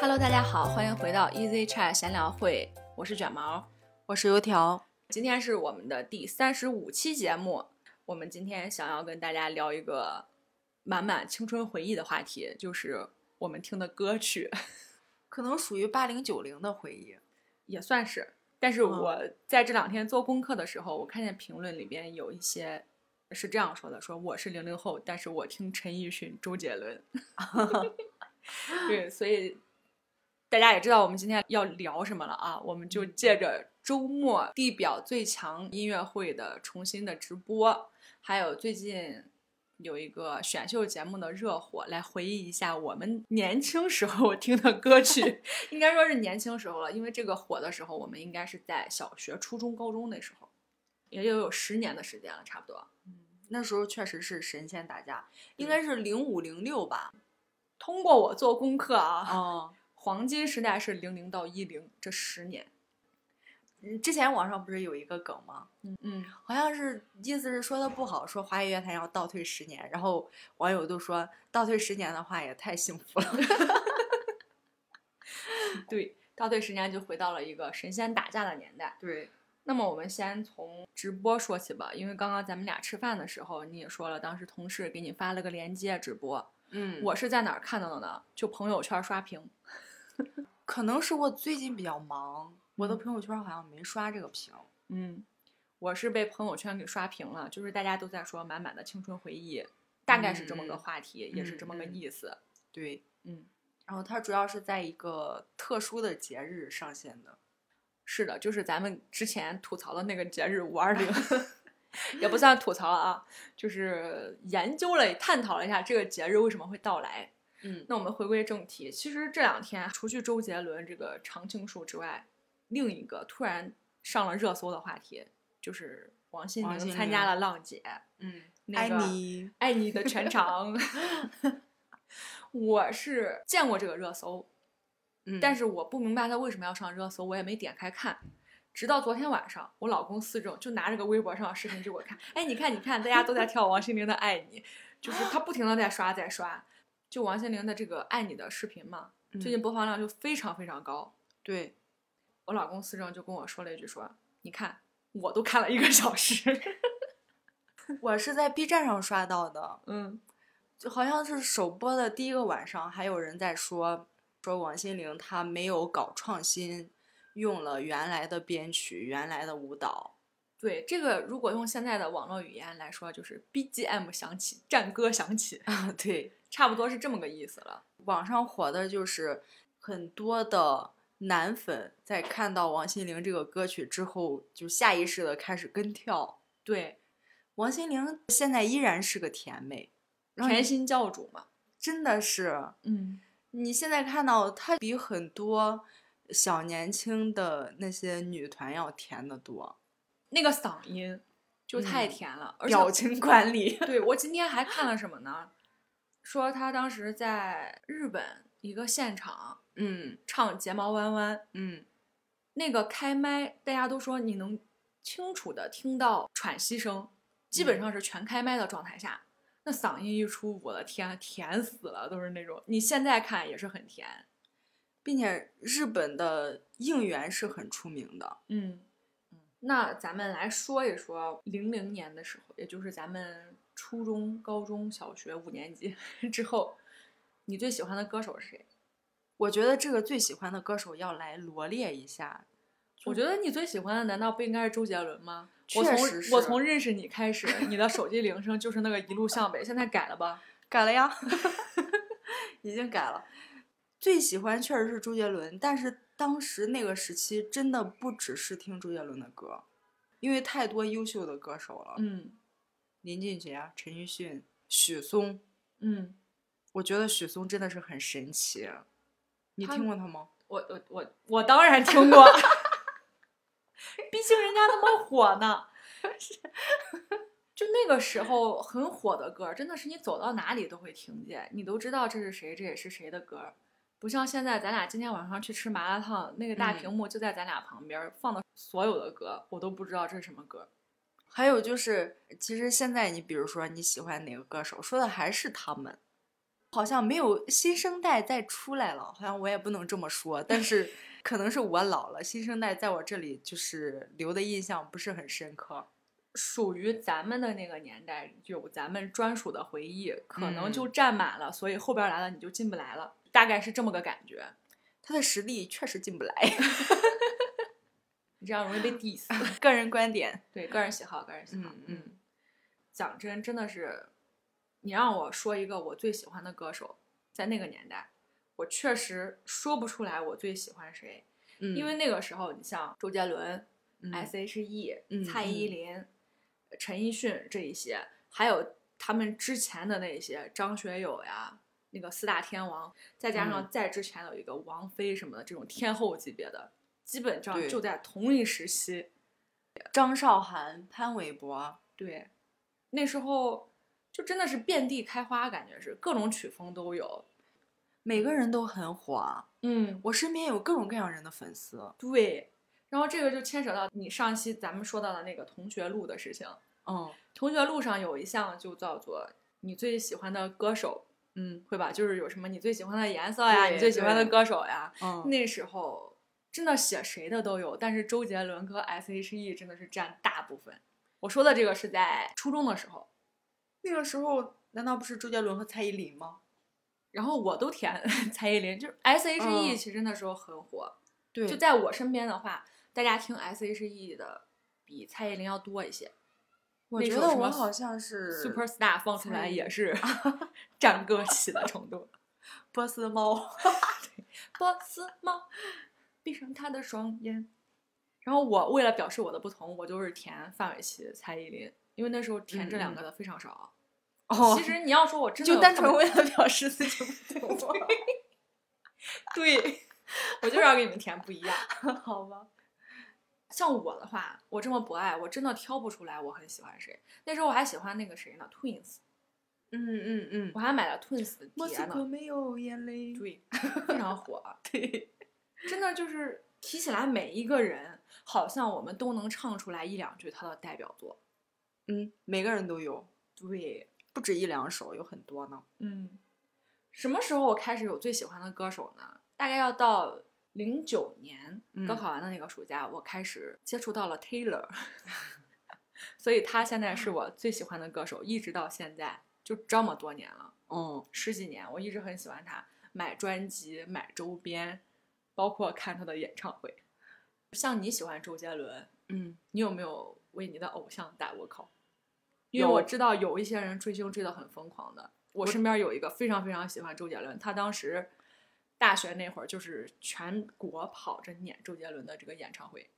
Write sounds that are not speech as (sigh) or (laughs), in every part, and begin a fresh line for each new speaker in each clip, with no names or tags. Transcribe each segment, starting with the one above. Hello，大家好，欢迎回到 Easy Chat 闲聊会，我是卷毛，
我是油条，
今天是我们的第三十五期节目，我们今天想要跟大家聊一个满满青春回忆的话题，就是我们听的歌曲， (laughs)
可能属于八零九零的回忆。
也算是。但是
嗯
我在这两天做功课的时候，我看见评论里边有一些是这样说的：说我是零零后，但是我听陈奕迅、周杰
(laughs)
伦。 (laughs) 对，所以大家也知道我们今天要聊什么了啊，我们就借着周末地表最强音乐会的重新的直播，还有最近有一个选秀节目的热火，来回忆一下我们年轻时候 (laughs) 听的歌曲， (laughs) 应该说是年轻时候了，因为这个火的时候，我们应该是在小学、初中、高中那时候，也有有十年的时间了，差不多。
那时候确实是神仙打架，应该是零五零六吧。 (laughs)
通过我做功课啊，
哦，
黄金时代是零零到一零这十年，
嗯之前网上不是有一个梗吗？
嗯，
好像是意思是说的不好，说华语乐坛要倒退十年，然后网友都说倒退十年的话也太幸福了。
对，倒退十年就回到了一个神仙打架的年代。
对，
那么我们先从直播说起吧，因为刚刚咱们俩吃饭的时候，你也说了，当时同事给你发了个链接直播，
(laughs) 嗯，我
我是在哪儿看到的呢？就朋友圈刷屏，
可能是我最近比较忙，我的
嗯
朋友圈好像没刷这个屏。
嗯，我是被朋友圈给刷屏了，就是大家都在说满满的青春回忆，大概是这么个
嗯
话题，也是这么个
嗯嗯
意思。
对，
嗯，
然后它主要是在一个特殊的节日上线的。
是的，就是咱们之前吐槽的那个节日五二零， (laughs) 也不算吐槽啊，就是研究了、探讨了一下这个节日为什么会到来。
嗯，
那我们回归正题，其实这两天除去周杰伦这个常青树之外，另一个突然上了热搜的话题就是王心
王
凌
心
参加
凌
了浪姐，
嗯，
那个
爱你。
爱你的全
(laughs)
场。 (laughs) 我是见过这个热搜，
嗯
但是我不明白他为什么要上热搜，我也没点开看。直到昨天晚上，我老公思政就拿着个微博上的视频给我看，哎，你看，你看，大家都在跳王心凌的《爱你》，就是他不停的在刷，在刷。就王心凌的这个《爱你》的视频嘛，
嗯
最近播放量就非常非常高。
对，
我老公思政就跟我说了一句说，你看，我都看了一个小时。 (laughs)
我是在 B 站上刷到的，
嗯
就好像是首播的第一个晚上，还有人在说说王心凌她没有搞创新，用了原来的编曲、原来的舞蹈。 (laughs)
对这个，如果用现在的网络语言来说，就是 BGM 响起，战歌响起， (laughs)
啊，对，
差不多是这么个意思了。
网上火的就是很多的男粉在看到王心凌这个歌曲之后，就下意识的开始跟跳。
对，
王心凌现在依然是个甜妹，然后
甜
你
心教主嘛，
真的是
嗯，
你现在看到她比很多小年轻的那些女团要甜得多，
那个嗓音就太
嗯
甜了，而且
表情管理 (laughs)
对我今天还看了什么呢？说他当时在日本一个现场
嗯，
唱《睫毛弯弯》，
嗯
那个开麦，大家都说你能清楚的听到喘息声，基
嗯
本上是全开麦的状态下，那嗓音一出，我的天，甜死了，都是那种你现在看也是很甜，
并且日本的应援是很出名的，
嗯。那咱们来说一说零零年的时候，也就是咱们初中、高中小学五年级 (laughs) 之后，你最喜欢的歌手是谁？
我觉得这个最喜欢的歌手要来罗列一下，
我觉得你最喜欢的难道不应该是周杰伦吗？我
确
从
实
我
是
从认识你开始，你的手机铃声就是那个一路向北，现在改了吧？
改了 (laughs) 呀，已经改了。最喜欢确实是周杰伦，但是当时那个时期真的不只是听周杰伦的歌，因为太多优秀的歌手了，
嗯
林俊杰、啊陈奕迅、许嵩，
嗯，
我觉得许嵩真的是很神奇。啊你
他
听过他吗？
我我我我当然听过， (laughs) 毕竟人家那么火
(laughs)
呢。就那个时候很火的歌，真的是你走到哪里都会听见，你都知道这是谁，这也是谁的歌。不像现在，咱俩今天晚上去吃麻辣烫，那个大
嗯
屏幕就在咱俩旁边儿，放的所有的歌，我都不知道这是什么歌。
还有就是，其实现在你比如说你喜欢哪个歌手，说的还是他们，好像没有新生代再出来了，好像我也不能这么说，但 (laughs) 是可能是我老了，新生代在我这里就是留的印象不是很深刻。
属于咱们的那个年代，有咱们专属的回忆，可能
嗯
就占满了，所以后边来了你就进不来了，大概是这么个感觉。
他的实力确实进不来， (laughs)
你这样容易被 diss。
个人观点。
对，个人喜好，个人喜好。
嗯
嗯，讲真，真的是，你让我说一个我最喜欢的歌手，在那个年代，我确实说不出来我最喜欢谁，
嗯
因为那个时候，你像周杰伦、
嗯
S.H.E、
嗯
蔡依林、陈奕迅这一些，还有他们之前的那些张学友呀。那个四大天王，再加上
嗯
再之前有一个王菲什么的，这种天后级别的，基本上
对
就在同一时期，
张韶涵、潘玮柏，
对，那时候就真的是遍地开花，感觉是各种曲风都有。
每个人都很火。
嗯，
我身边有各种各样人的粉丝。
对。然后这个就牵扯到你上期咱们说到的那个同学录的事情。
嗯
同学录上有一项就叫做你最喜欢的歌手，
嗯
会吧？就是有什么你最喜欢的颜色呀，
对
你最喜欢的
对
歌手呀。
嗯，
那时候真的写谁的都有，但是周杰伦和 S.H.E 真的是占大部分。我说的这个是在初中的时候，
那个时候难道不是周杰伦和蔡依林吗？
然后我都填 (laughs) 蔡依林，就是 S H E，
嗯
其实那时候很火。
对
就在我身边的话，大家听 S H E 的比蔡依林要多一些。
我
那
觉
时候
得
什
我
么
好像是
Superstar 放出来
蔡依林
也是 (laughs) 战歌起的程度。
波斯猫。
波斯猫，闭上他的双眼。然后我为了表示我的不同，我就是填范玮琪、蔡依林，因为那时候填这两个的非常少。
(laughs) 嗯哦
其实你要说我真的
就
有
单
这
纯
么
为了表示自己不懂。 (laughs)
对， (laughs) 我就是要给你们填不一样。
好吧，
像我的话，我这么博爱，我真的挑不出来我很喜欢谁。那时候我还喜欢那个谁呢，Twins，
嗯嗯嗯
我。还买了 Twins 的
莫
碟
斯科
呢，
没有眼泪。
对， (laughs) 非常火。
对，
真的就是提起来每一个人，好像我们都能唱出来一两句他的代表作。
嗯，每个人都有，
对，
不止一两首，有很多呢。
嗯，什么时候我开始有最喜欢的歌手呢？大概要到零九年
嗯
高考完的那个暑假，我开始接触到了 Taylor，所以他现在是我最喜欢的歌手，一直到现在就这么多年了，
嗯，
十几年，我一直很喜欢他，买专辑、买周边，包括看他的演唱会。像你喜欢周杰伦，
嗯，
你有没有为你的偶像打过 call？因为
有
我知道有一些人追星追得很疯狂的，我
我
身边有一个非常非常喜欢周杰伦，他当时大学那会儿就是全国跑着撵周杰伦的这个演唱会。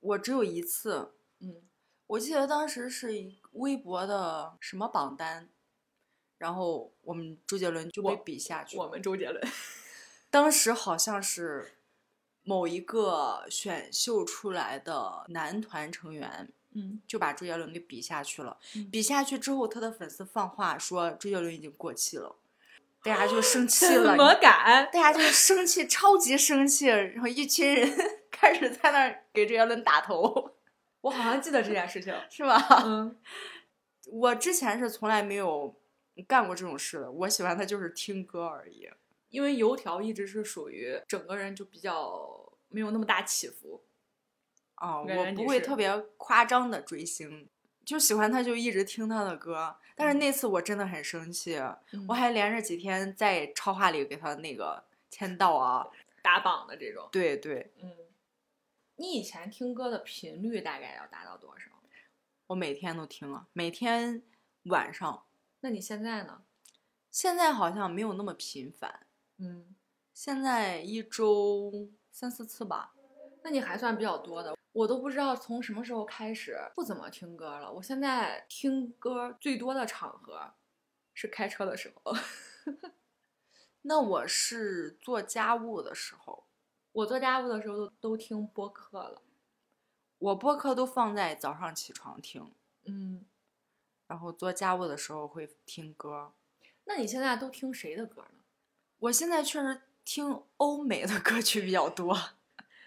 我只有一次，
嗯，
我记得当时是一微博的什么榜单，然后我们周杰伦就被
我
比下去
我
了。
们周 (laughs) 杰伦，嗯
当时好像是某一个选秀出来的男团成员，
(laughs) 嗯，
就把周杰伦给比下去了。
嗯
比下去之后，他的粉丝放话说周杰伦已经过气了，大家就生气
啊
了。
怎么敢？
大家就生气，超级生气，然后一群人 (laughs) 开始在那儿给周杰伦打头，
我好像记得这件 (laughs) 事情。
是吧？ (laughs)
嗯，
我之前是从来没有干过这种事的，我喜欢他就是听歌而已。
因为油条一直是属于整个人就比较没有那么大起伏。
啊，
原来
我
你
不会
是
特别夸张的追星，就喜欢他就一直听他的歌。但是
嗯
那次我真的很生气，我
我还
还连着几天在超话里给他那个签到啊。
打榜的这种。
对对，
嗯，你以前听歌的频率大概要达到多少？
我每天都听啊，每天晚上。
那你现在呢？
现在好像没有那么频繁，
嗯，
现在一周三四次吧。
那你还算比较多的。我都不知道从什么时候开始不怎么听歌了。我现在听歌最多的场合是开车的时候。 (laughs)
那我是做家务的时候，
我做家务的时候都都听播客了。
我播客都放在早上起床听，
嗯，
然后做家务的时候会听歌。
那你现在都听谁的歌呢？
我现在确实听欧美的歌曲比较多，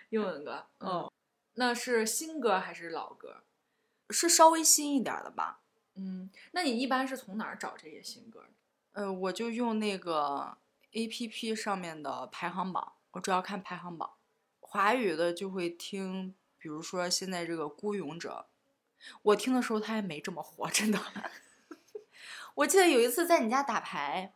英文歌。嗯
哦，
那是新歌还是老歌？
是稍微新一点儿的吧。
嗯，那你一般是从哪儿找这些新歌的？
呃，我就用那个 A P P 上面的排行榜，我主要看排行榜。华语的就会听，比如说现在这个《孤勇者》，我听的时候他还没这么火，真的。 (laughs) 我记得有一次在你家打牌，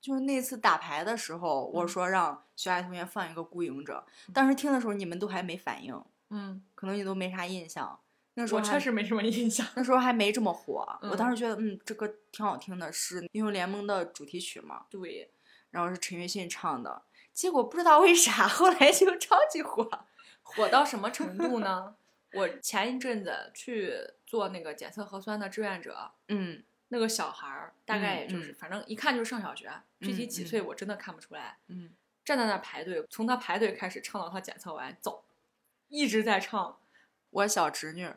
就是那次打牌的时候，我
嗯
说让小爱同学放一个《孤勇者》，当时听的时候你们都还没反应，
嗯，
可能你都没啥印象。那时候
我
还
确实没什么印象。
那时候还没这么火，我当
嗯
时觉得，嗯，这歌挺好听的，是《英雄联盟》的主题曲嘛，
对，
然后是陈奕迅唱的。结果不知道为啥， (laughs) 后来就超级火。
火到什么程度呢？我前一阵子去做那个检测核酸的志愿者，
嗯
那个小孩儿大概也就是，
嗯
反正一看就是上小学，具体
嗯
几
嗯
岁我真的看不出来。
嗯，
站在那儿排队，从他排队开始唱到他检测完走，一直在唱。
我小侄女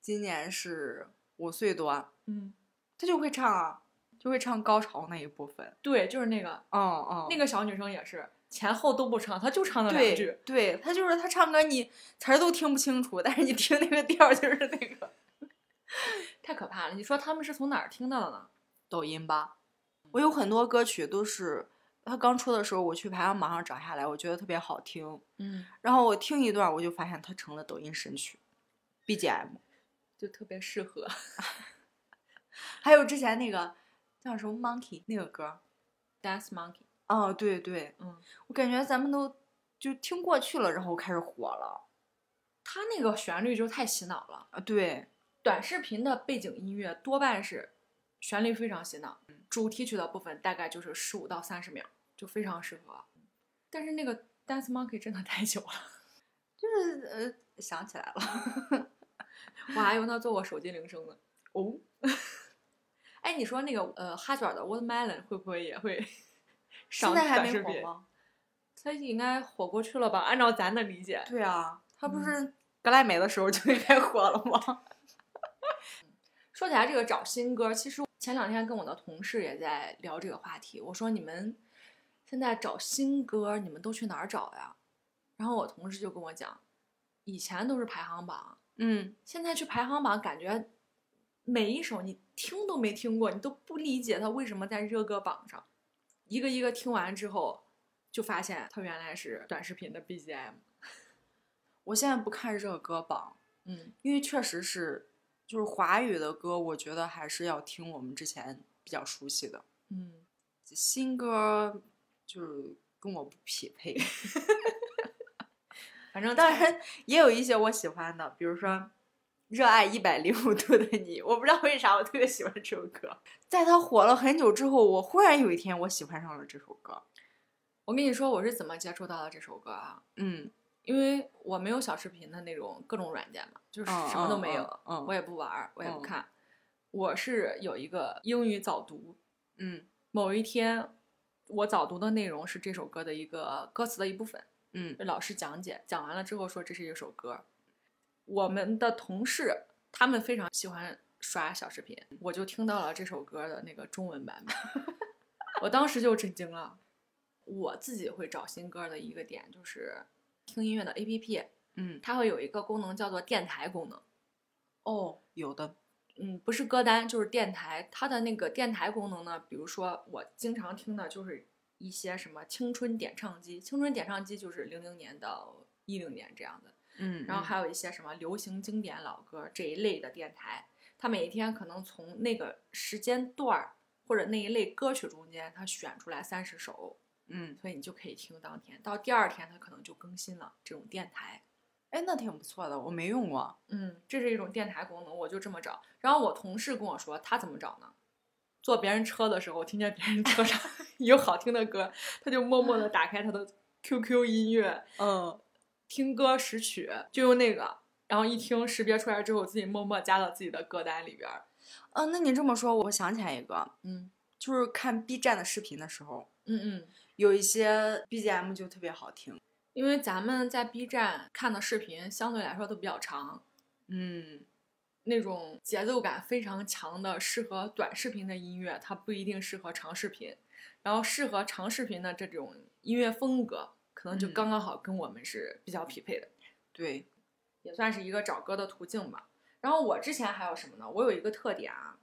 今年是五岁多，
嗯，
她就会唱啊，就会唱高潮那一部分。
对，就是那个
嗯嗯，
那个小女生也是前后都不唱，她就唱了两
对
句。
对，她就是她唱歌你词儿都听不清楚，但是你听那个调儿就是那个
太可怕了！你说他们是从哪儿听到的呢？
抖音吧。嗯我有很多歌曲都是它刚出的时候，我去排行榜上找下来，我觉得特别好听。
嗯，
然后我听一段，我就发现它成了抖音神曲，BGM。
就特别适
(laughs)
合。 (laughs)
还有之前那个叫什么 Monkey 那个歌儿，
Dance Monkey，
哦，对对，
嗯，
我感觉咱们都就听过去了，然后开始火了。
他那个旋律就太洗脑了。
啊，对，
短视频的背景音乐多半是旋律非常洗脑，主题曲的部分大概就是十五到三十秒，就非常适合。但是那个 Dance Monkey 真的太久了，
就是呃，想起来了。
我还用它做过手机铃声呢。
哦，
哎，你说那个呃哈卷的 Watermelon 会不会也会 (laughs) 上
现在还
短
没
视
火
频？
吗？
它应该火过去了吧？按照咱的理解，
对啊，它不
嗯
是格莱美的时候就应该火了吗？ (laughs)
说起来这个找新歌，其实前两天跟我的同事也在聊这个话题。我说你们现在找新歌，你们都去哪儿找呀？然后我同事就跟我讲，以前都是排行榜，
嗯，
现在去排行榜，感觉每一首你听都没听过，你都不理解它为什么在热歌榜上。一个一个听完之后，就发现它原来是短视频的 BGM。
我现在不看热歌榜，
嗯
因为确实是，就是华语的歌，我觉得还是要听我们之前比较熟悉的
嗯，
新歌，就是跟我不匹配。
反正
当
在
然也有一些我喜欢的，比如说《热爱一百零五度的你》，我不知道为啥我特别喜欢这首歌。在它火了很久之后，我忽然有一天我喜欢上了这首歌。
我跟你说我是怎么接触到的这首歌啊。
嗯，
因为我没有小视频的那种各种软件嘛，就是
嗯
什么都
嗯
没有，
嗯嗯
我也不玩儿，我也不
嗯
看。我是有一个英语早读，
嗯
某一天我早读的内容是这首歌的一个歌词的一部分，
嗯
老师讲解，讲完了之后说这是一首歌。我们的同事他们非常喜欢刷小视频，我就听到了这首歌的那个中文版本，
(laughs)
我当时就震惊了。我自己会找新歌的一个点就是听音乐的 APP，
嗯，
它会有一个功能叫做电台功能，
哦，有的，
嗯，不是歌单就是电台。它的那个电台功能呢，比如说我经常听的就是一些什么青春点唱机，青春点唱机就是零零年到一零年这样的，
嗯，
然后还
有，
有一些什么流行经典老歌这一类的电台，它每一天可能从那个时间段儿或者那一类歌曲中间，它选出来三十首，
嗯，
所以你就可以听当天，到第二天它可能就更新了这种电台。
哎，那挺不错的，我没用过。
嗯，这是一种电台功能，我就这么找。然后我同事跟我说，他怎么找呢？坐别人车的时候，听见别人车上 (laughs) 有好听的歌，他就默默的打开他的 QQ 音乐，
嗯，
听歌识曲，就用那个，然后一听识别出来之后，自己默默加到自己的歌单里边儿。
啊，那你这么说，我想起来一个，
嗯
就是看 B 站的视频的时候，
嗯嗯，
有一些 BGM 就特别好听。
因为咱们在 B 站看的视频相对来说都比较长，
嗯，
那种节奏感非常强的适合短视频的音乐，它不一定适合长视频。然后适合长视频的这种音乐风格，可能就
嗯
刚刚好跟我们是比较匹配的，
对，
也算是一个找歌的途径吧。然后我之前还有什么呢？我有一个特点啊，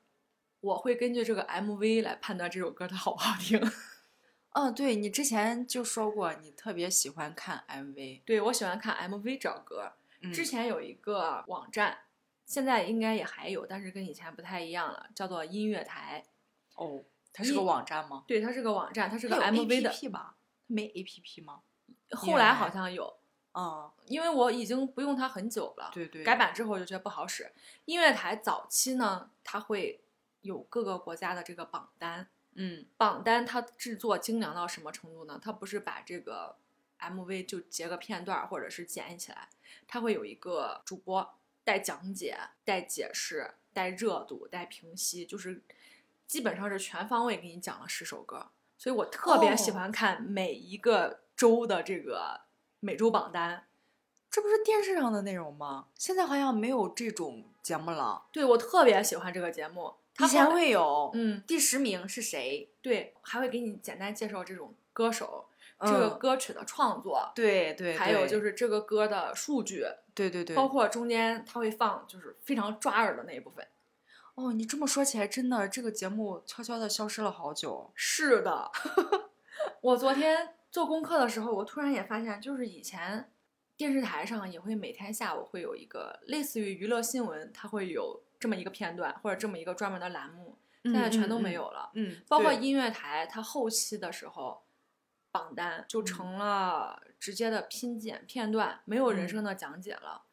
我会根据这个 MV 来判断这首歌它好不好听。 (laughs)
哦，对你之前就说过，你特别喜欢看 MV。
对我喜欢看 MV 找歌，
嗯
之前有一个网站，现在应该也还有，但是跟以前不太一样了，叫做音乐台。
哦，它是个
一
网站吗？
对，它是个网站，它是
这
个 MV 的。
吧？它没 APP 吗？
后来
台
好像有，
啊、
因为我已经不用它很久了。
对对，
改版之后我就觉得不好使。音乐台早期呢，它会有各个国家的这个榜单，
嗯
榜单它制作精良到什么程度呢？它不是把这个 MV 就截个片段儿或者是剪起来，它会有一个主播带讲解、带解释、带热度、带评析，就是基本上是全方位给你讲了十首歌。所以我特别喜
哦
欢看每一个州的这个每周榜单。
这不是电视上的内容吗？现在好像没有这种节目了，
对我特别喜欢这个节目，它
以前
后来
会有。
嗯，
第十名是谁？
对，还会给你简单介绍这种歌手、
嗯
这个歌曲的创作，
对对，
还有
对
就是这个歌的数据，
对对对，
包括中间他会放就是非常抓耳的那一部分。
哦，你这么说起来，真的这个节目悄悄的消失了好久。
是的， (laughs) 我昨天做功课的时候，我突然也发现，就是以前电视台上也会每天下午会有一个类似于娱乐新闻，它会有这么一个片段或者这么一个专门的栏目，现在全都没有了。
嗯。嗯，
包括
对
音乐台，它后期的时候，榜单
嗯
就成了直接的拼剪片段，没有人
嗯
声的讲解了。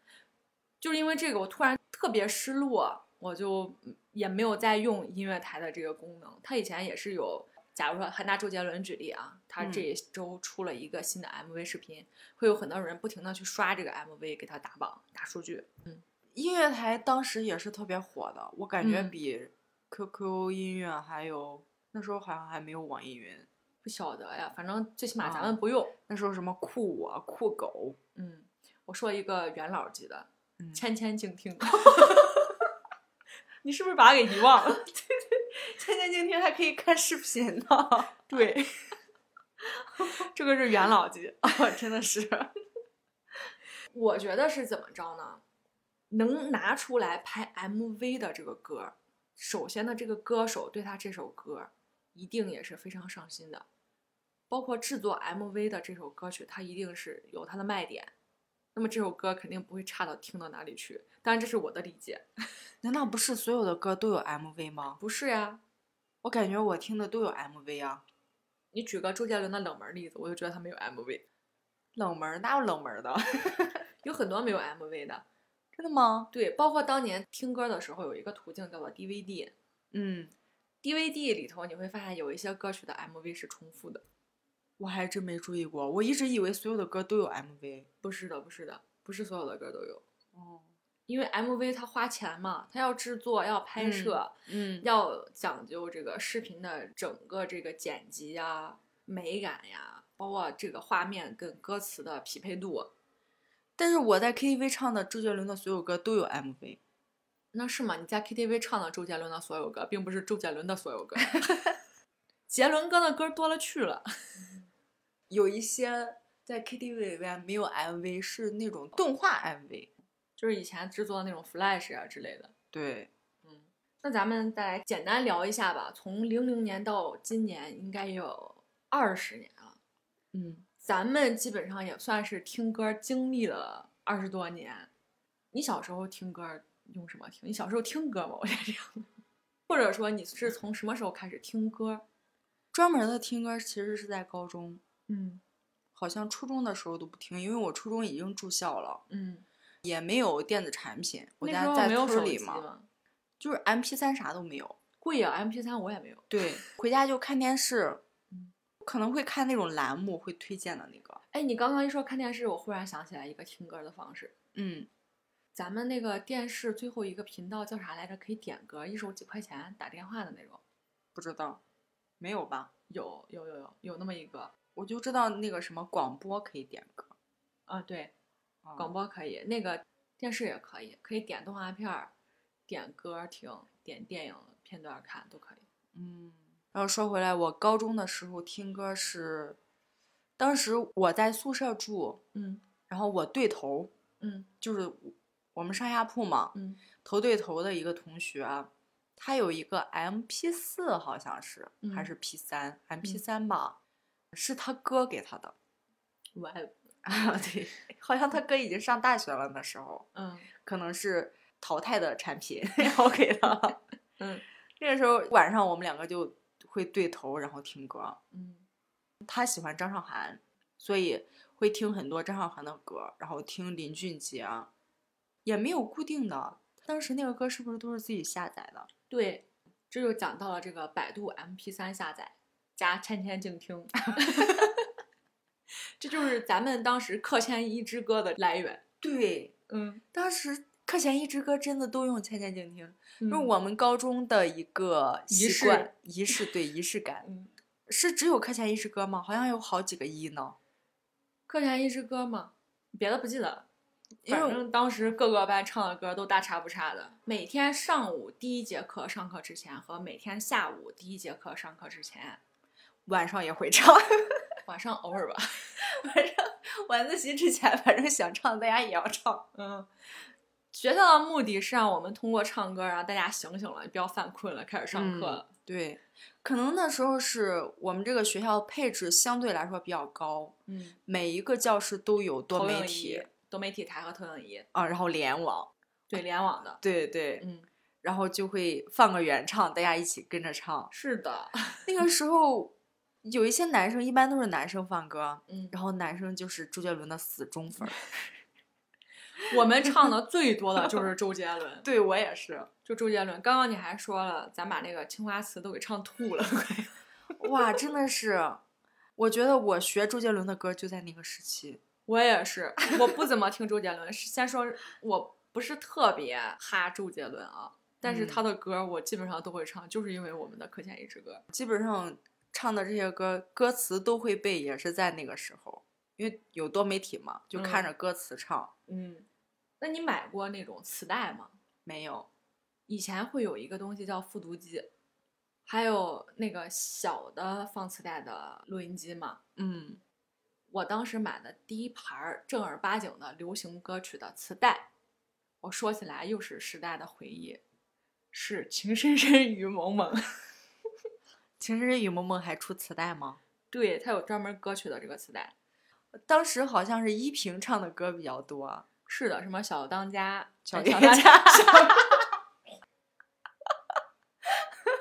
就是因为这个，我突然特别失落，我就嗯也没有再用音乐台的这个功能。它以前也是有，假如说还拿周杰伦举例啊，他这
嗯
一周出了一个新的 MV 视频，会有很多人不停的去刷这个 MV，给他打榜、打数据。嗯
音乐台当时也是特别火的，我感觉
嗯
比 QQ 音乐还有那时候好像还没有网易云，
不晓得呀，反正最起码咱
啊
们不用。
那时候什么酷我、酷狗，
嗯，我说一个元老级的，
嗯
千千静
(laughs)
听。你是不是把它给遗忘了？ (laughs)
千千静听还可以看视频呢， (laughs)
对，这个是元老级。 (laughs)
真的是。
我觉得是怎么着呢？能拿出来拍 MV 的这个歌，首先呢，这个歌手对他这首歌一定也是非常上心的，包括制作 MV 的这首歌曲，它一定是有它的卖点。那么这首歌肯定不会差到听到哪里去，当然这是我的理解。
难道不是所有的歌都有 MV 吗？
不是呀，
我感觉我听的都有 MV 啊。
你举个周杰伦的冷门例子，我就觉得他没有 MV，
冷门儿哪有冷门儿的？ (laughs)
有很多没有 MV 的。
真的吗？
对，包括当年听歌的时候，有一个途径叫做 DVD。
嗯，
DVD 里头你会发现有一些歌曲的 MV 是重复的，
我还真没注意过，我一直以为所有的歌都有 MV。
不是的，不是的，不是所有的歌都有，
哦，
因为 MV 它花钱嘛，它要制作，要拍摄，
嗯，
要讲究这个视频的整个这个剪辑呀、美感呀，包括这个画面跟歌词的匹配度，
但是我在 KTV 唱的周杰伦的所有歌都有 MV。
那是吗？你在 KTV 唱的周杰伦的所有歌，并不是周杰伦的所有
(laughs)
歌。杰伦哥的歌多了去了， (laughs)
有一些在 KTV 里面没有 MV，是那种动画 MV。
就是以前制作的那种 Flash 啊之类的。
对，
嗯，那咱们再来简单聊一下吧。从零零年到今年，应该也有二十年了。
嗯，
咱们基本上也算是听歌经历了二十多年。你小时候听歌用什么听？你小时候听歌吗？我先这样，或者说你是从什么时候开始听歌？
专门的听歌其实是在高中，
嗯
好像初中的时候都不听，因为我初中已经住校了，
嗯，
也没有电子产品，我
那时
家
候
在
没有
村
手
儿里
机
嘛，
吗？
就是 MP 3啥都
(laughs)
没有。
贵啊，MP 3我也没有。
对，回家就看电视
嗯，
可能会看那种栏目会推荐的那个。
哎，你刚刚一说看电视，我忽然想起来一个听歌的方式。
嗯，
咱们那个电视最后一个频道叫啥来着？可以点歌，一首几块钱，打电话的那种。
不知道，没有吧？
有有有有有那么一个
我就知道那个什么广播可以点歌，
啊，对，
啊
广播可以，那个电视也可以，可以点动画片儿，点歌儿听，点电影片段儿看都可以。
嗯，然后说回来，我高中的时候听歌是，当时我在宿舍住，
嗯
然后我对头
嗯
就是我们上下铺嘛，
嗯
头对头的一个同学，它有一个 MP 四，好像是、还
嗯
是 P 三，MP 三吧，是他哥给他的。 (laughs)
哇哦，
啊，对，好像他哥已经上大学了，那时候
嗯
可能是淘汰的产品， (laughs) 然后给他了。
嗯
那个时候晚上我们两个就会对头，然后听歌。
嗯
他喜欢张韶涵，所以会听很多张韶涵的歌，然后听林俊杰，啊也没有固定的。当时那个歌是不是都是自己下载的？
对，这就讲到了这个百度 MP 三下载加千千静听，这就是咱们当时课间一支歌的来源。
对，
嗯，
当时课前一支歌真的都用千千静听，
嗯
是我们高中的一个
仪
习
式
惯仪式，对仪式感。
嗯，
是只有课前一支歌吗？好像有好几个一呢。
课前一支歌嘛，别的不记得了。
因为
反
我
正当时各个班唱的歌都大差不差的，每天上午第一节课上课之前和每天下午第一节课上课之前，
晚上也会唱， (laughs)
晚上偶尔吧， (laughs)
晚上晚自习之前，反正想唱大家也要唱。
嗯，学校的目的是让我们通过唱歌，让大家醒醒了，不要犯困了，开始上课了。
对，可能那时候是我们这个学校配置相对来说比较高，
嗯，
每一个教室都有多
投
媒
影
体哎
仪、多媒体台和投影仪，
啊，然后联网。
对，联网的。
对对， (laughs)
嗯，
然后就会放个原唱，大家一起跟着唱。
是的，
那个时候有一些男生，一般都是男生放歌，
嗯，
然后男生就是周杰伦的死
(laughs)
忠粉儿。
我们唱的最多的就是周杰
(laughs)
伦，
对我也是，
就周杰伦。刚刚你还说了，咱把那个青花瓷都给唱吐了，快
哇，真的是，我觉得我学周杰伦的歌就在那个时期。
我也是，我不怎么听周杰伦。是先说，我不是特别哈周杰伦啊，但是
嗯
他的歌我基本上都会唱，就是因为我们的课前一支歌。
基本上唱的这些歌，歌词都会背，也是在那个时候，因为有多媒体嘛，就看
嗯
着歌词唱。
嗯，那你买过那种磁带吗？
没有，
以前会有一个东西叫复读机，还有那个小的放磁带的录音机嘛。
嗯，
我当时买的第一盘儿正儿八经的流行歌曲的磁带，我说起来又是时代的回忆，是《情深深雨蒙蒙》。 (laughs)
《情深深雨蒙蒙》还出磁带吗？
对，它有专门歌曲的这个磁带。
当时好像是依萍唱的歌比较 (laughs) 多，
是的，什么小当家、哎
小
当
当
家， (laughs)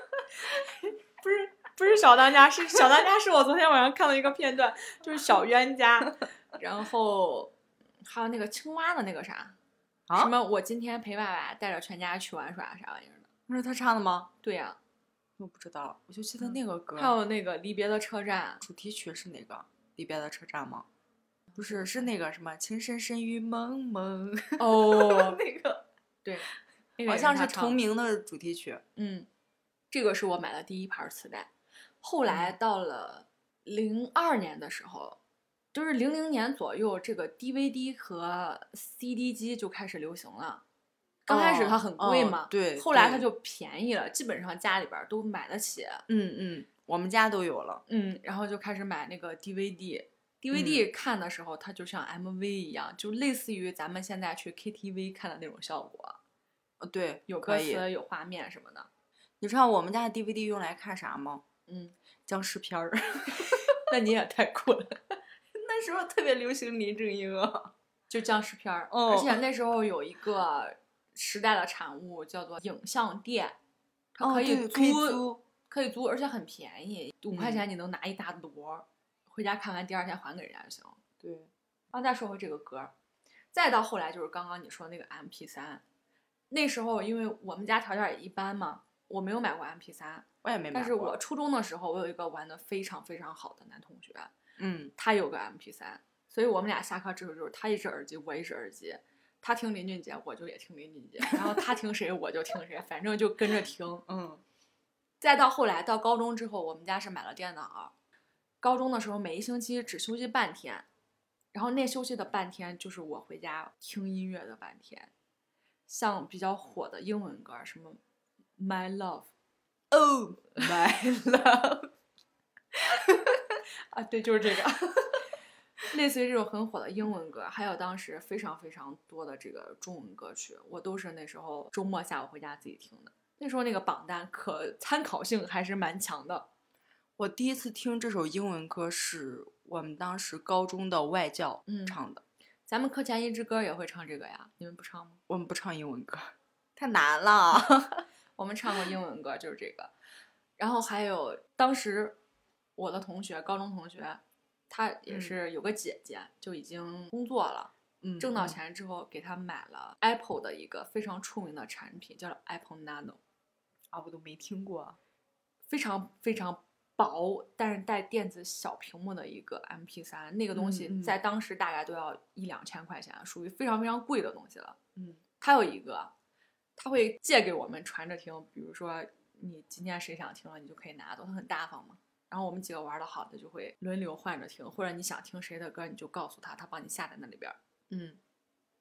不是不是小当家，是小当家，是我昨天晚上看到一个片段，就是小冤家，然后还有那个青蛙的那个啥，
啊
什么我今天陪爸爸带着全家去玩耍啥玩意儿的，
那是她唱的吗？
对呀、
我不知道，我就记得
嗯
那个歌。
还有那个离别的车
(laughs)
站，
主题曲是哪个？里边的车站吗？不是，是那个什么“情深深雨蒙蒙”
哦，
那个，
对，那个
(laughs) 好
也
像
他
是
唱的
同名的主题曲。
嗯，这个是我买的第一盘儿磁带。后
嗯
来到了零二年的时候，就是零零年左右，这个 DVD 和 CD 机就开始流行了。刚开始它很贵
哦哦
嘛，
对
后来
对
它就便宜了，基本上家里边儿都买得起。
嗯嗯，我们家都有了。
嗯，然后就开始买那个 DVD。DVD 看的时候，它就像 MV 一样，就类似于咱们现在去 KTV 看的那种效果，
呃对，
有歌
可以。
词、有画面什么的。
你知道我们家的 DVD 用来看啥吗？
嗯，哦
僵尸片儿。 (laughs)
那你也太酷了。 (laughs)
那时候特别流行林正英啊。
就僵尸片儿。
哦
而且那时候有一个时代的产物叫做影像店，它
哦，
以租、
对，可以租。
可以租而且很便宜，五块
嗯
钱你能拿一大摞儿，回家看完第二天还给人家就行。
对，
然后再说回这个歌儿，再到后来就是刚刚你说那个 M P 三，那时候因为我们家条件也一般嘛，我没有买过 M P 三，
我也没买过。
但是我初中的时候，我有一个玩的非常非常好的男同学，
嗯，
他有个 MP 三，所以我们俩下课之后就是他一只耳机，我一只耳机，他听林俊杰，我就也听林俊杰，然后他听谁我就听谁，反正就跟着听。
嗯
再到后来到高中之后，我们家是买了电脑，高中的时候每一星期只休息半天，然后那休息的半天就是我回家听音乐的半天，像比较火的英文歌什么 My Love。
，Oh my love，
啊，对，就是这个， (laughs) 类似于这种很火的英文歌，还有当时非常非常多的这个中文歌曲，我都是那时候周末下午回家自己听的。那时候那个榜单可参考性还是蛮强的。
(laughs) 我第一次听这首英文歌是我们当时高中的外教
嗯
唱的，
咱们课前一支歌也会唱这个呀，你们不唱吗？
我们不唱英文歌，太难了。
我们唱过英文歌，就是这个。然后还有当时我的同学，高中同学，她也
嗯
是有个姐姐，就已经工作了，
(laughs) 嗯，
挣到
嗯，
钱之后，给她买了 Apple 的一个非常出名的产品，叫做 Apple Nano，
啊，我都没听过。
非常非常薄，但是带电子小屏幕的一个 MP3，那个东
嗯
西
嗯
在当时大概都要一两千块钱，属于非常非常贵的东西了。
嗯，
还有一个，他会借给我们传着听，比如说你今天谁想听了，你就可以拿走，他很大方嘛。然后我们几个玩的好的就会轮流换着听，或者你想听谁的歌，你就告诉他，他帮你下在那里边儿。
嗯，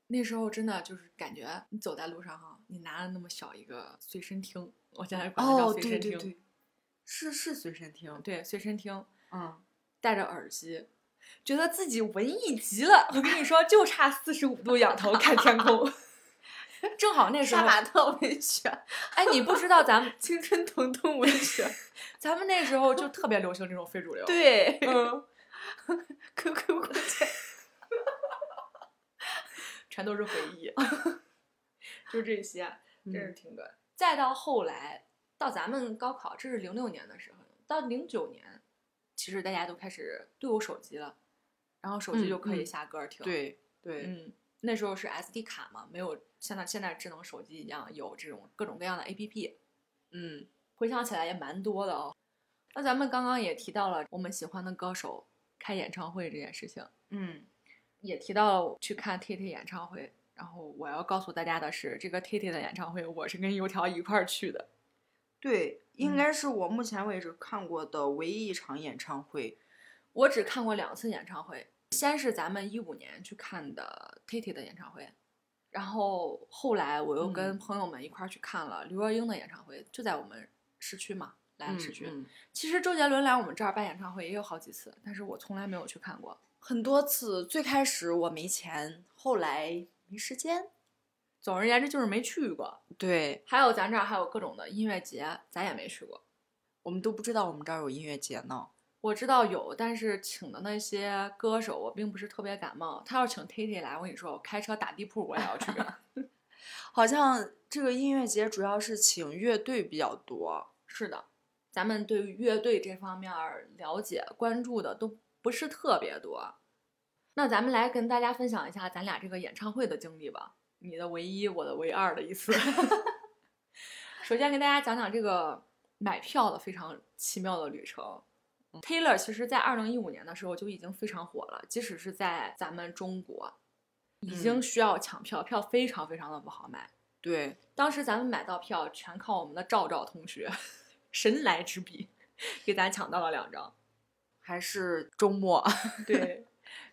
那时候真的就是感觉你走在路上哈，你拿了那么小一个随身听，我现在管它叫
哦，
随
对
身
对
听，
对，是是随身听。
对随身听，
嗯，
戴着耳机，觉得自己文艺极了。我跟你说，就差四十五度仰头看天
(laughs)
空。正好那时候，
特文学，
哎，你不知道咱们
(laughs) 青春疼痛文学。
(laughs) 咱们那时候就特别流行这种非主流。，
(laughs) 对
嗯，
(laughs) ，QQ 空间。
全都是回
(laughs)
忆，就这些，真是
嗯，
挺短。再到后来，到咱们高考，这是零六年的时候，到零九年，其实大家都开始都有手机了，然后手机
嗯
就可以
嗯
下歌儿听。，
对对，
嗯，那时候是 SD 卡嘛，没有像那现在智能手机一样有这种各种各样的 APP。
嗯
回想起来也蛮多的哦。那咱们刚刚也提到了我们喜欢的歌手开演唱会这件事情，
嗯
也提到了我去看 T T 演唱会。然后我要告诉大家的是，这个 T T 的演唱会我是跟油条一块儿去的。
对，应
嗯
该是我目前为止看过的唯一一场演唱会。
我只看过两次演唱会，先是咱们一五年去看的 T T 的演唱会，然后后来我又跟
嗯
朋友们一块儿去看了刘若英的演唱会，就在我们市区嘛，来
嗯
市区。
嗯
其实周杰伦来我们这儿办演唱会也有好几次，但是我从来没有去看过。
很多次，最开始我没钱，后来没时间。
总而言之就是没去过。
对，
还有咱这儿还有各种的音乐节，咱也没去过。
我们都不知道我们这儿有音乐节呢。
我知道有，但是请的那些歌手我并不是特别感冒。他要请 T T 来，我跟你说，我开车打地铺我也要去。
好像这个音乐节主要是请乐队比较多。
是的，咱们对于乐队这方面儿了解、关注的都不是特别多。那咱们来跟大家分享一下咱俩这个演唱会的经历吧，你的唯一，我的唯二的意思。 (laughs) 首先跟大家讲讲这个买票的非常奇妙的旅程。Taylor 其实，在二零一五年的时候就已经非常火了，即使是在咱们中国，已经
嗯
需要抢票，票非常非常的不好买。
对，
当时咱们买到票全靠我们的赵赵同学神来之笔，给咱抢到了两张。
还是周末。 (laughs)
对，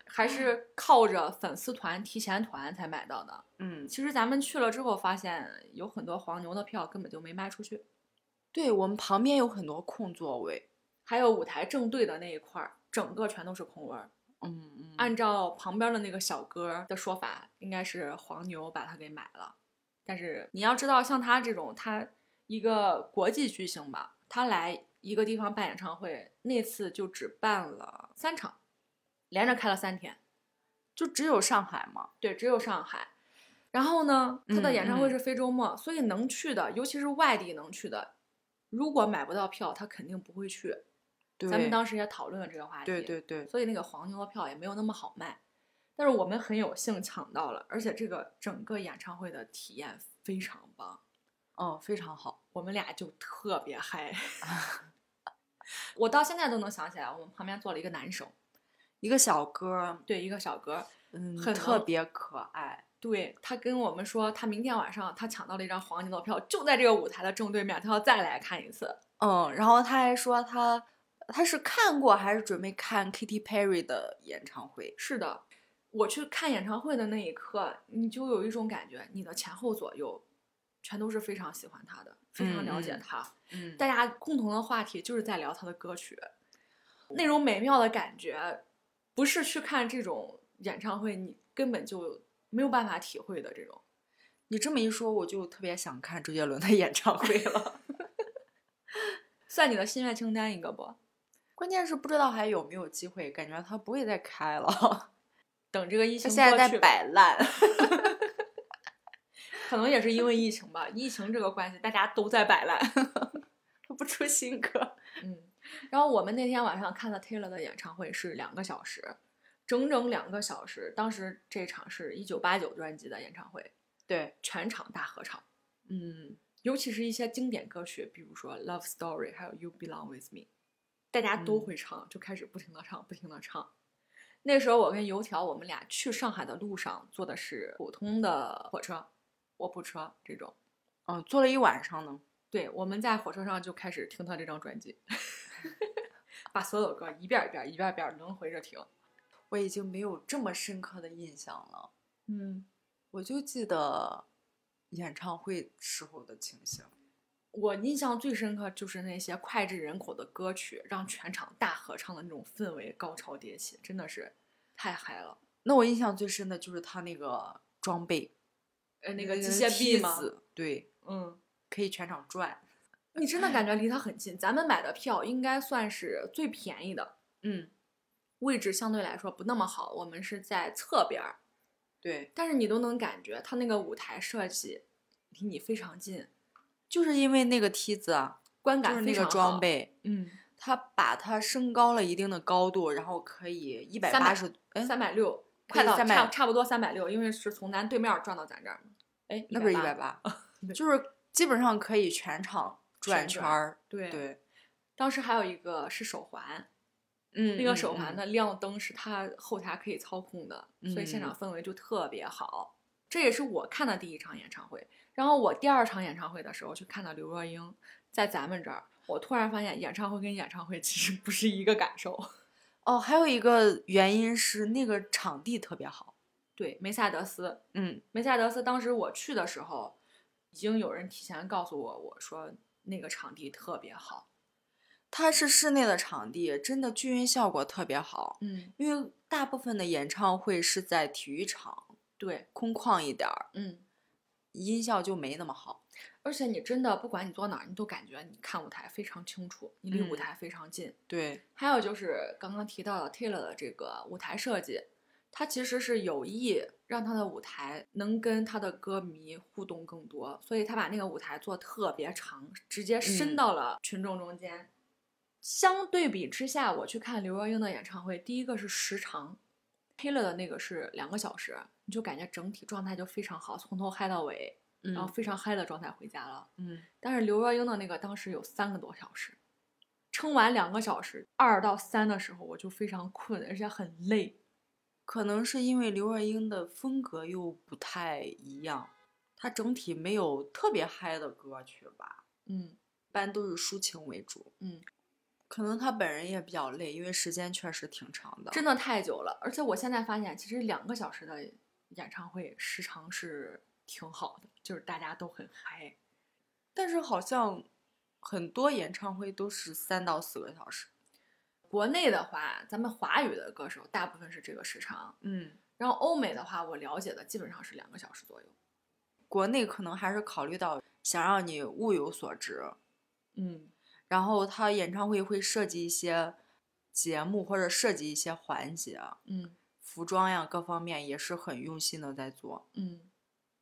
还是靠着粉丝团、提前团才买到的。
嗯，
其实咱们去了之后，发现有很多黄牛的票根本就没卖出去，
对我们旁边有很多空座位。
还有舞台正对的那一块儿，整个全都是空位儿。
嗯嗯，
按照旁边的那个小哥的说法，应该是黄牛把他给买了。但是你要知道，像他这种，他一个国际巨星吧，他来一个地方办演唱会，那次就只办了三场，连着开了三天。
就只有上海嘛。
对，只有上海。然后呢，他的
嗯
演唱会
嗯
是非周末，所以能去的，尤其是外地能去的，如果买不到票，他肯定不会去。
对，
咱们当时也讨论了这个话题。
对对对，
所以那个黄牛的票也没有那么好卖。但是我们很有幸抢到了，而且这个整个演唱会的体验非常棒，
嗯，非常好。
我们俩就特别
(laughs)
嗨。我到现在都能想起来，我们旁边坐了一个男生，
一个小哥儿，
对，一个小哥，
嗯，
很
特
能
别可爱。
对他跟我们说，他明天晚上他抢到了一张黄牛的票，就在这个舞台的正对面，他要再来看一次。
嗯，然后他还说他他是看过还是准备看 Katy Perry 的演唱会。
是的，我去看演唱会的那一刻，你就有一种感觉，你的前后左右全都是非常喜欢他的，非常了解
嗯嗯
他。
嗯
大家共同的话题就是在聊他的歌曲，那种美妙的感觉，不是去看这种演唱会你根本就没有办法体会的这种。
你这么一说，我就特别想看周杰伦的演唱会
(laughs)
了。
算你的心愿清单一个不？
关键是不知道还有没有机会，感觉他不会再
(laughs)
开了，
等这个疫
他
情
现在
过
在
去，
摆烂。 (laughs)
可能也是因为疫情吧，疫情这个关系，大家都在摆烂。 (laughs)
他不出新歌，
嗯，然后我们那天晚上看了 Taylor 的演唱会是两个小时，整整两个小时。当时这场是一九八九专辑的演唱会，
对，
全场大合唱，
嗯，
尤其是一些经典歌曲，比如说《Love Story》还有《You Belong With Me》，大家都
嗯
会唱，就开始不停的唱，不停的唱。那时候我跟油条，我们俩去上海的路上坐的是普通的火车，卧铺车这种。
哦，坐了一晚上呢，
对，我们在火车上就开始听他这张专辑， (laughs) 把所有歌一遍儿一遍儿一遍儿一遍儿轮回着听。
我已经没有这么深刻的印象了，
嗯，
我就记得演唱会时候的情形。
我印象最深刻就是那些脍炙人口的歌曲，让全场大合唱的那种氛围高潮迭起，真的是太嗨了。
那我印象最深的就是他那个装备，
呃，那个
那
机
个
械臂
梯
吗？
子，对，
嗯，
可以全场转。
你真的感觉离他很近。咱们买的票应该算是最便宜的，
嗯，
位置相对来说不那么好，我们是在侧边儿，
对，
但是你都能感觉他那个舞台设计离你非常近。
就是因为那个梯子啊，
观
就
感
是
非
那个
常
装
好，
备，
嗯，
它把它升高了一定的高度，然后可以一百八
300
十，哎，
三百六，
快到
三
300
差差不多三百六，因为是从咱对面转到咱这儿嘛。哎，
那不是一
180
百？八
(laughs) 对，
就是基本上可以全场转
旋
圈
转
儿。
对。
对，
当时还有一个是手环，
嗯，
那个
嗯
手环
嗯
的亮灯是它后台可以操控的，所以现
嗯
场氛围就特别好。这也是我看的第一场演唱会。然后我第二场演唱会的时候去看的刘若英，在咱们这儿，我突然发现演唱会跟演唱会其实不是一个感受。 (laughs)
哦，还有一个原因是那个场地特别好。
对，梅赛德斯，
嗯，
梅赛德斯当时我去的时候，已经有人提前告诉我，我说那个场地特别好。
它是室内的场地，真的均匀效果特别好。
嗯，
因为大部分的演唱会是在体育场，
对，
空旷一点儿，
嗯，
音效就没那么好。
而且你真的不管你坐哪儿，你都感觉你看舞台非常清楚，你离舞
嗯
台非常近。
对，
还有就是刚刚提到了 Taylor 的这个舞台设计，他其实是有意让他的舞台能跟他的歌迷互动更多，所以他把那个舞台做特别长，直接
嗯
伸到了群众中间。相对比之下，我去看刘若英的演唱会，第一个是时长，Taylor 的那个是两个小时，你就感觉整体状态就非常好，从头嗨到尾，
嗯
然后非常嗨的状态回家了。
嗯，
但是刘若英的那个当时有三个多小时，撑完两个小时，二到三的时候我就非常困，而且很累。
可能是因为刘若英的风格又不太一样，她整体没有特别嗨的歌曲吧。
嗯
一般都是抒情为主。
嗯，
可能他本人也比较累，因为时间确实挺长的。
真的太久了。而且我现在发现，其实两个小时的演唱会时长是挺好的，就是大家都很嗨。
但是好像很多演唱会都是三到四个小时。
国内的话，咱们华语的歌手大部分是这个时长，
嗯，
然后欧美的话，我了解的基本上是两个小时左右。
国内可能还是考虑到想让你物有所值，
嗯，
然后他演唱会会设计一些节目或者设计一些环节，
嗯
服装呀各方面也是很用心的在做。
嗯，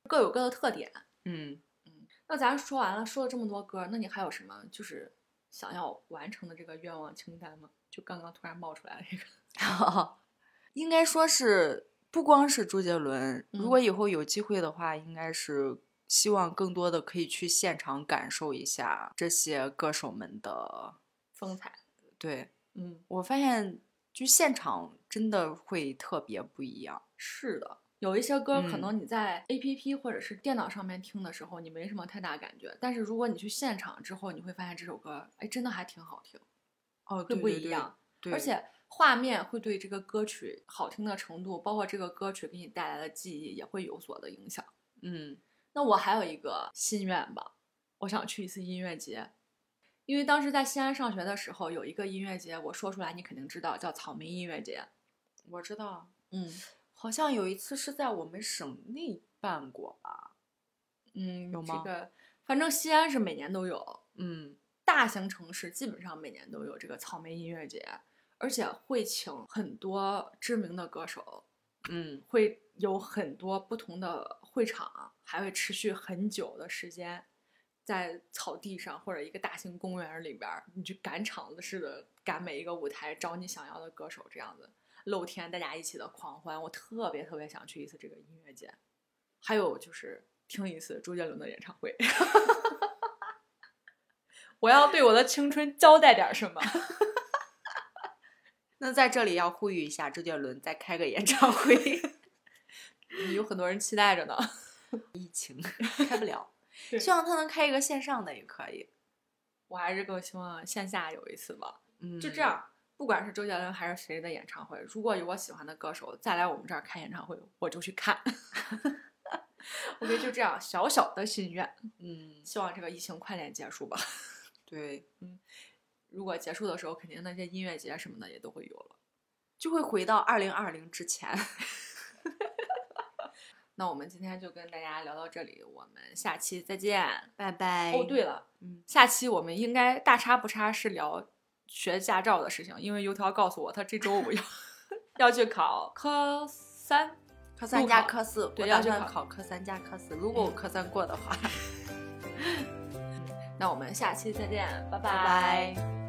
各有各的特点。
嗯，
那咱说完了，说了这么多歌，那你还有什么就是想要完成的这个愿望清单吗？就刚刚突然冒出来了这个。
(laughs)
(laughs)
应该说是不光是周杰伦，
嗯
如果以后有机会的话，应该是希望更多的可以去现场感受一下这些歌手们的。
风采。
对
嗯，
我发现，就现场真的会特别不一样。
是的，有一些歌可
嗯
能你在 A P P 或者是电脑上面听的时候，你没什么太大感觉，但是如果你去现场之后，你会发现这首歌，哎，真的还挺好听，
哦，
会
对
不一样，，
对对
而且。画面会对这个歌曲好听的程度，包括这个歌曲给你带来的记忆，也会有所的影响。
嗯
那我还有一个心愿吧，我想去一次音乐节，因为当时在西安上学的时候有一个音乐节，我说出来你肯定知道，叫草莓音乐节。
我知道，
嗯，
好像有一次是在我们省内办过吧？
嗯，
有吗
这个反正西安是每年都有，
嗯，
大型城市基本上每年都有这个草莓音乐节，而且会请很多知名的歌手，
嗯，
会有很多不同的会场，还会持续很久的时间，在草地上或者一个大型公园里边儿，你去赶场子似的赶每一个舞台，找你想要的歌手，这样子露天大家一起的狂欢，我特别特别想去一次这个音乐节，还有就是听一次周杰伦的演唱会。 (laughs) 我要对我的青春交代点儿什么？ (laughs)
那在这里要呼吁一下，周杰伦再开个演唱会， (laughs)
有很多人期待着呢。
开不了，
(laughs) 对
希望他能开一个线上的也可以。
我还是更希望线下有一次吧。
嗯，
就这，样，不管是周杰伦还是谁的演唱会，如果有我喜欢的歌手再来我们这儿开演唱会，我就去看。OK，就这样，小小的心愿，
嗯，
希望这个疫情快点结束吧。 (laughs)
对，
如果结束的时候，肯定那些音乐节什么的也都会有了。
就会回到二零二零之前。
(laughs) 那我们今天就跟大家聊到这里，我们下期再见。
拜拜。
哦，，对了，
哎嗯，
下期我们应该大差不差是聊学驾照的事情，因为油条告诉我他这周五要 (laughs) 要去考科三。
科
路
三加
考
科四，
对
我
要
打
去
算
考
考科三加科四。如果我科三过的话，
那我们下期再见，拜
拜拜。